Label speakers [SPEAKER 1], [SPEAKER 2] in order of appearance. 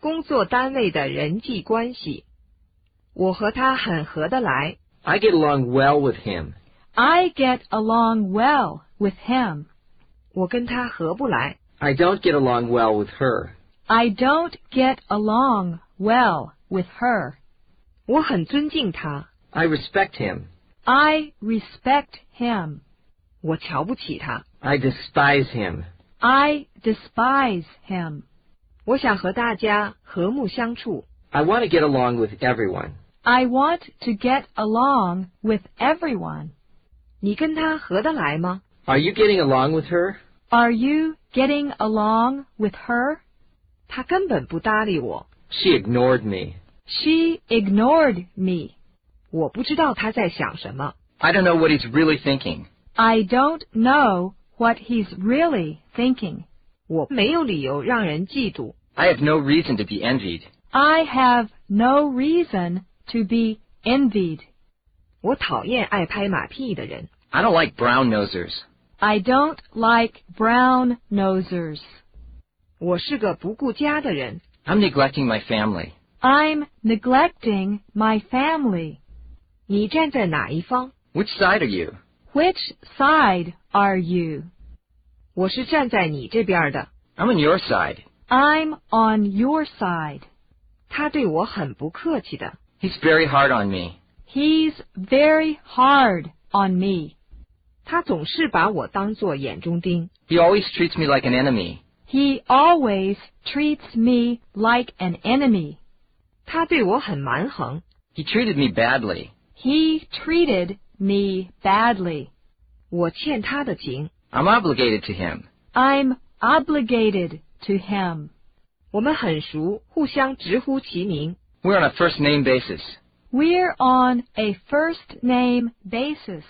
[SPEAKER 1] 工作单位的人际关系。我和他很合得来。
[SPEAKER 2] I get along well with him.
[SPEAKER 3] I get along well with him.
[SPEAKER 1] 我跟他合不来。
[SPEAKER 2] I don't get along well with her.
[SPEAKER 3] I don't get along well with her.
[SPEAKER 1] 我很尊敬他，
[SPEAKER 2] I respect him.
[SPEAKER 3] I respect him.
[SPEAKER 1] 我瞧不起他。
[SPEAKER 2] I despise him.
[SPEAKER 3] I despise him.
[SPEAKER 1] 我想和大家和睦相处。
[SPEAKER 2] I want to get along with everyone.
[SPEAKER 3] I want to get along with everyone.
[SPEAKER 1] 你跟他合得来吗？
[SPEAKER 2] Are you getting along with her?
[SPEAKER 3] Are you getting along with her?
[SPEAKER 1] 他根本不搭理我，
[SPEAKER 2] She ignored me.
[SPEAKER 3] She ignored me.
[SPEAKER 1] 我不知道他在想什么。
[SPEAKER 2] I don't know what he's really thinking.
[SPEAKER 3] I don't know what he's really thinking.
[SPEAKER 1] 我没有理由让人嫉妒。
[SPEAKER 2] I have no reason to be envied.
[SPEAKER 3] I have no reason to be envied.
[SPEAKER 1] 我讨厌爱拍马屁的人。
[SPEAKER 2] I don't like brown nosers.
[SPEAKER 3] I don't like brown nosers.
[SPEAKER 1] 我是个不顾家的人。
[SPEAKER 2] I'm neglecting my family.
[SPEAKER 3] I'm neglecting my family.
[SPEAKER 1] 你站在哪一方？
[SPEAKER 2] Which side are you?
[SPEAKER 3] Which side are you?
[SPEAKER 1] 我是站在你这边的。
[SPEAKER 2] I'm on your side.
[SPEAKER 3] I'm on your side.
[SPEAKER 1] 他对我很不客气的。
[SPEAKER 2] He's very hard on me.
[SPEAKER 3] He's very hard on me.
[SPEAKER 1] 他总是把我当做眼中钉。
[SPEAKER 2] He always treats me like an enemy.
[SPEAKER 3] He always treats me like an enemy.
[SPEAKER 1] 他对我很蛮横。
[SPEAKER 2] He treated me badly.
[SPEAKER 3] He treated me badly.
[SPEAKER 1] 我欠他的情。
[SPEAKER 2] I'm obligated to him.
[SPEAKER 3] I'm obligated to him.
[SPEAKER 1] 我们很熟，互相直呼其名。
[SPEAKER 2] We're on a first name basis.
[SPEAKER 3] We're on a first name basis.